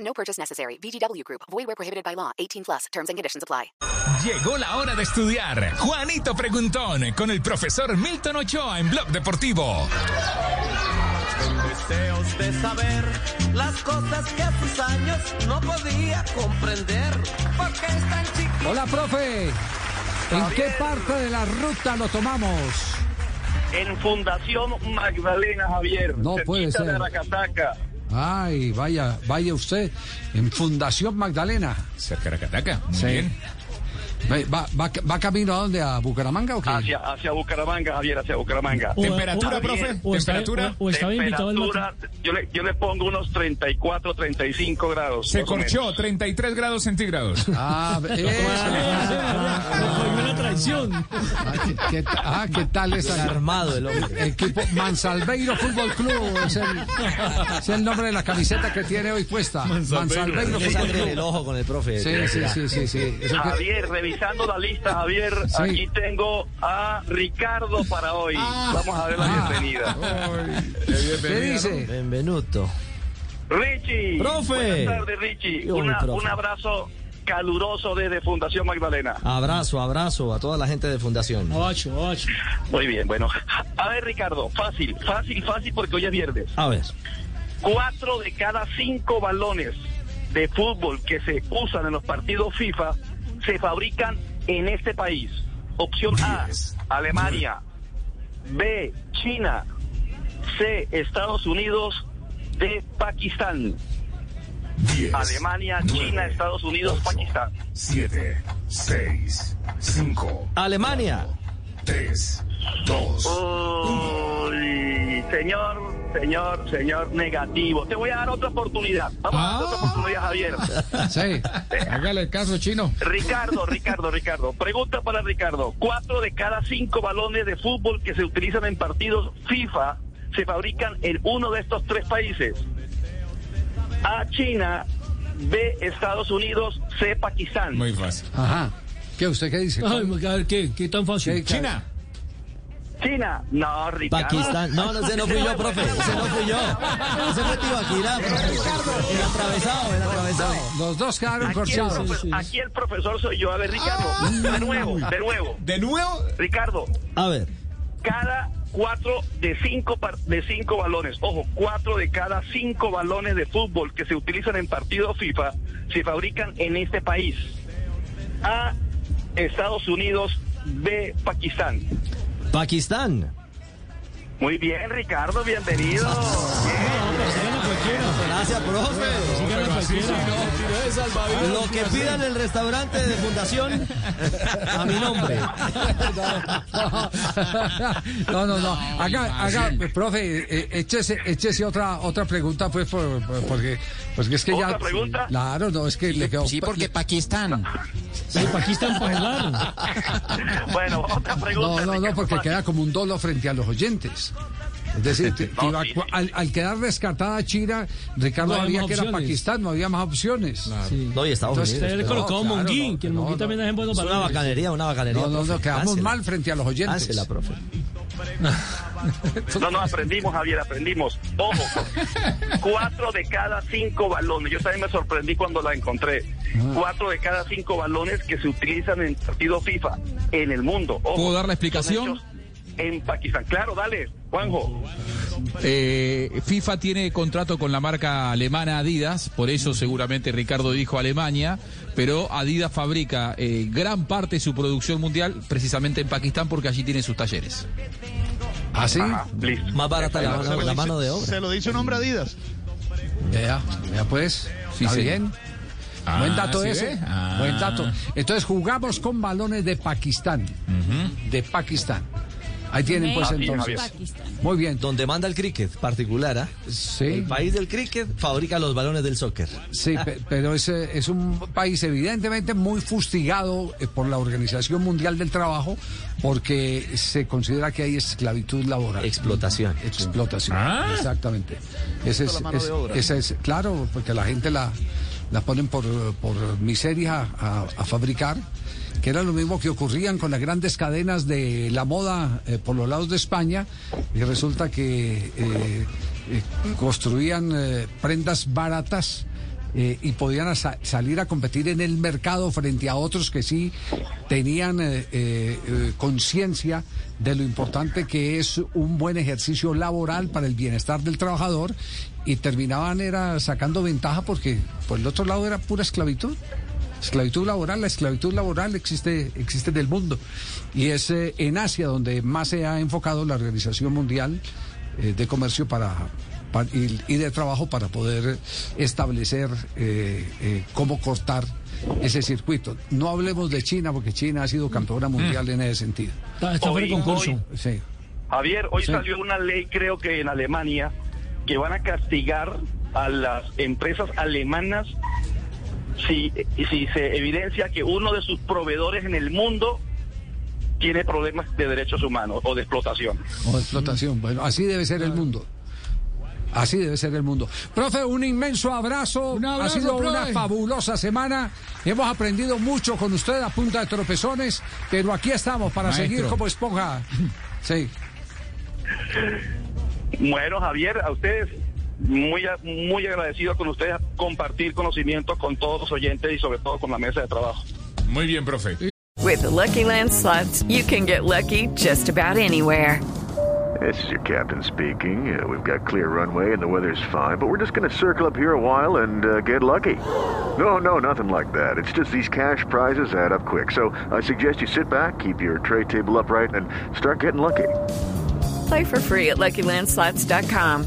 No purchase necessary. VGW Group. Void where prohibited by law. 18 plus. Terms and conditions apply. Llegó la hora de estudiar. Juanito Preguntón con el profesor Milton Ochoa en Blog Deportivo. Con deseos de saber las cosas que a sus años no podía comprender. Porque es tan chiquito. Hola, profe. ¿En qué parte de la ruta lo tomamos? en Fundación Magdalena Javier. No puede cerquita ser. De Aracataca. Ay, vaya, vaya usted. En Fundación Magdalena. Cerca de Aracataca. Muy bien. Ve, ¿Va, va, va camino a dónde? ¿A Bucaramanga o qué? Hacia, hacia Bucaramanga, Javier, hacia Bucaramanga. Uy, Temperatura, profe, O está, temperatura. Pues, o- o estaba invitado el Temperatura, yo le, yo le pongo unos 34, 35 grados. Se más o menos. corchó 33 grados centígrados. Ah, ve- esa. Fue una traición. Ah, ¿qué, qué- ah, ¿qué tal esa? Armado el hombre. Equipo Mansalveiro Fútbol Club. Es el, es el nombre de la camiseta que tiene hoy puesta. Mansalveiro, Fútbol Club. el ojo con el profe. Sí, sí, sí, sí. sí. Eso que- Javier, revisando la lista, Javier, Sí. aquí tengo a Ricardo para hoy. Vamos a ver la Ah. bienvenida. ¿Qué dice? Benvenuto. Richie. Profe. Buenas tardes, Richie. Yo, Una- profe. un abrazo caluroso desde Fundación Magdalena. Abrazo, abrazo a toda la gente de Fundación. Ocho, ocho. Muy bien, bueno. A ver, Ricardo, fácil, fácil, fácil, porque hoy es viernes. A ver. Cuatro de cada cinco balones de fútbol que se usan en los partidos FIFA se fabrican en este país. Opción A, Alemania. B, China. C, Estados Unidos. D, Pakistán. 10, Alemania, China, Estados Unidos, Pakistán. 7, 6, 5, Alemania. 3, 2. Uy, señor, señor, señor, negativo. Te voy a dar otra oportunidad. Vamos a dar otra oportunidad, Javier. Sí. Hágale caso, chino. Ricardo, Ricardo, Ricardo. Pregunta para Ricardo. Cuatro de cada cinco balones de fútbol que se utilizan en partidos FIFA se fabrican en uno de estos tres países. A, China. B, Estados Unidos. C, Pakistán. Muy fácil. Ajá. ¿Qué usted qué dice? Ay, a ver, ¿qué, qué tan fácil? ¿Qué- China. China. No, Ricardo. Pakistán. No, no, ese no fui yo, profe. Ese no fui yo. Ese fue Tibaquirá. El atravesado, el atravesado. Los dos quedaron Aquí el, corchados. profe- aquí el profesor soy yo. A ver, Ricardo. De nuevo, de nuevo. De nuevo. Ricardo, A ver. cada cuatro de cinco par- de cinco balones, ojo, cuatro de cada cinco balones de fútbol que se utilizan en partidos FIFA se fabrican en este país. A Estados Unidos, B Pakistán. Pakistán. Muy bien, Ricardo, bienvenido. Gracias, profe. Lo que pidan en el restaurante de Fundación, a mi nombre. No, no, no. Haga, haga, profe, eh, échese, échese otra, otra pregunta, pues, por- por- porque, porque es que ya. ¿Otra pregunta? Claro, no, es que le quedó. Sí, porque Pakistán. El Pakistán para hablar. Bueno, otra No, pregunta. no, no, Ricardo. porque queda como un dolo frente a los oyentes. Es decir, que- que iba- sí, sí. al, al quedar descartada China, Ricardo No había había más que era opciones. Pakistán, no había más opciones. No, y Estados Entonces, Unidos. Usted le No, colocó claro, Monguín, no, que el no, Monguín no. también hace buenos Es una balones. bacanería, una bacanería. No, no, profe. no, quedamos Hácela. mal frente a los oyentes. Hácela, profe. No, no, aprendimos, Javier, aprendimos. Ojo, cuatro de cada cinco balones. Yo también me sorprendí cuando la encontré. Ah. Cuatro de cada cinco balones que se utilizan en partido FIFA en el mundo. Ojo, ¿Puedo dar la explicación? son hechos En Pakistán. Claro, dale, Juanjo. Eh, FIFA tiene contrato con la marca alemana Adidas, por eso seguramente Ricardo dijo Alemania, pero Adidas fabrica eh, gran parte de su producción mundial precisamente en Pakistán porque allí tiene sus talleres. ¿Ah, sí? Ah, listo. Más barata la, la- la mano de obra. lo dice un hombre Adidas. Vea, vea pues, Sí, está señor. bien. Buen dato Ah, ¿sí ese. ve? Ah. Buen dato. Entonces jugamos con balones de Pakistán. De Pakistán. Ahí tienen pues Así es, entonces. Javier. Muy bien. Donde manda el cricket particular, ¿ah? Sí. El país del cricket fabrica los balones del soccer. Sí, pe- pero es, eh, es un país evidentemente muy fustigado eh, por la Organización Mundial del Trabajo porque se considera que hay esclavitud laboral. Explotación. Explotación, exactamente. Ese es, La mano es- de obra. ese es- claro, porque la gente la, la ponen por, eh, por miseria a, a fabricar, que era lo mismo que ocurrían con las grandes cadenas de la moda eh, por los lados de España, y resulta que eh, eh, construían eh, prendas baratas. eh, y podían asa- salir a competir en el mercado frente a otros que sí tenían eh, eh, eh, conciencia de lo importante que es un buen ejercicio laboral para el bienestar del trabajador y terminaban era sacando ventaja porque por el otro lado era pura esclavitud. Esclavitud laboral, la esclavitud laboral existe, existe en el mundo. Y es eh, en Asia donde más se ha enfocado la Organización Mundial eh, de Comercio para, pa- y, y de Trabajo para poder establecer eh, eh, cómo cortar ese circuito. No hablemos de China, porque China ha sido campeona mundial en ese sentido. Está, está fuera de Hoy- concurso. Sí. Javier, hoy Sí. salió una ley, creo que en Alemania, que van a castigar a las empresas alemanas si, si se evidencia que uno de sus proveedores en el mundo tiene problemas de derechos humanos o de explotación. O de explotación. Bueno, así debe ser el mundo. Así debe ser el mundo. Profe, un inmenso abrazo. ha abrazo, sido una profe. fabulosa semana. Hemos aprendido mucho con usted a punta de tropezones, pero aquí estamos para Maestro. seguir como esponja. Sí. Bueno, Javier, a ustedes muy a- muy agradecido con ustedes compartir conocimiento con todos los oyentes y sobre todo con la mesa de trabajo. Muy bien, profe. With the Lucky Land slots, you can get lucky just about anywhere. This is your captain speaking. Uh, we've got clear runway and the weather's fine, but we're just going to circle up here a while and uh, get lucky. No, no, nothing like that. It's just these cash prizes add up quick. So I suggest you sit back, keep your tray table upright, and start getting lucky. Play for free at LuckyLandSlots.com.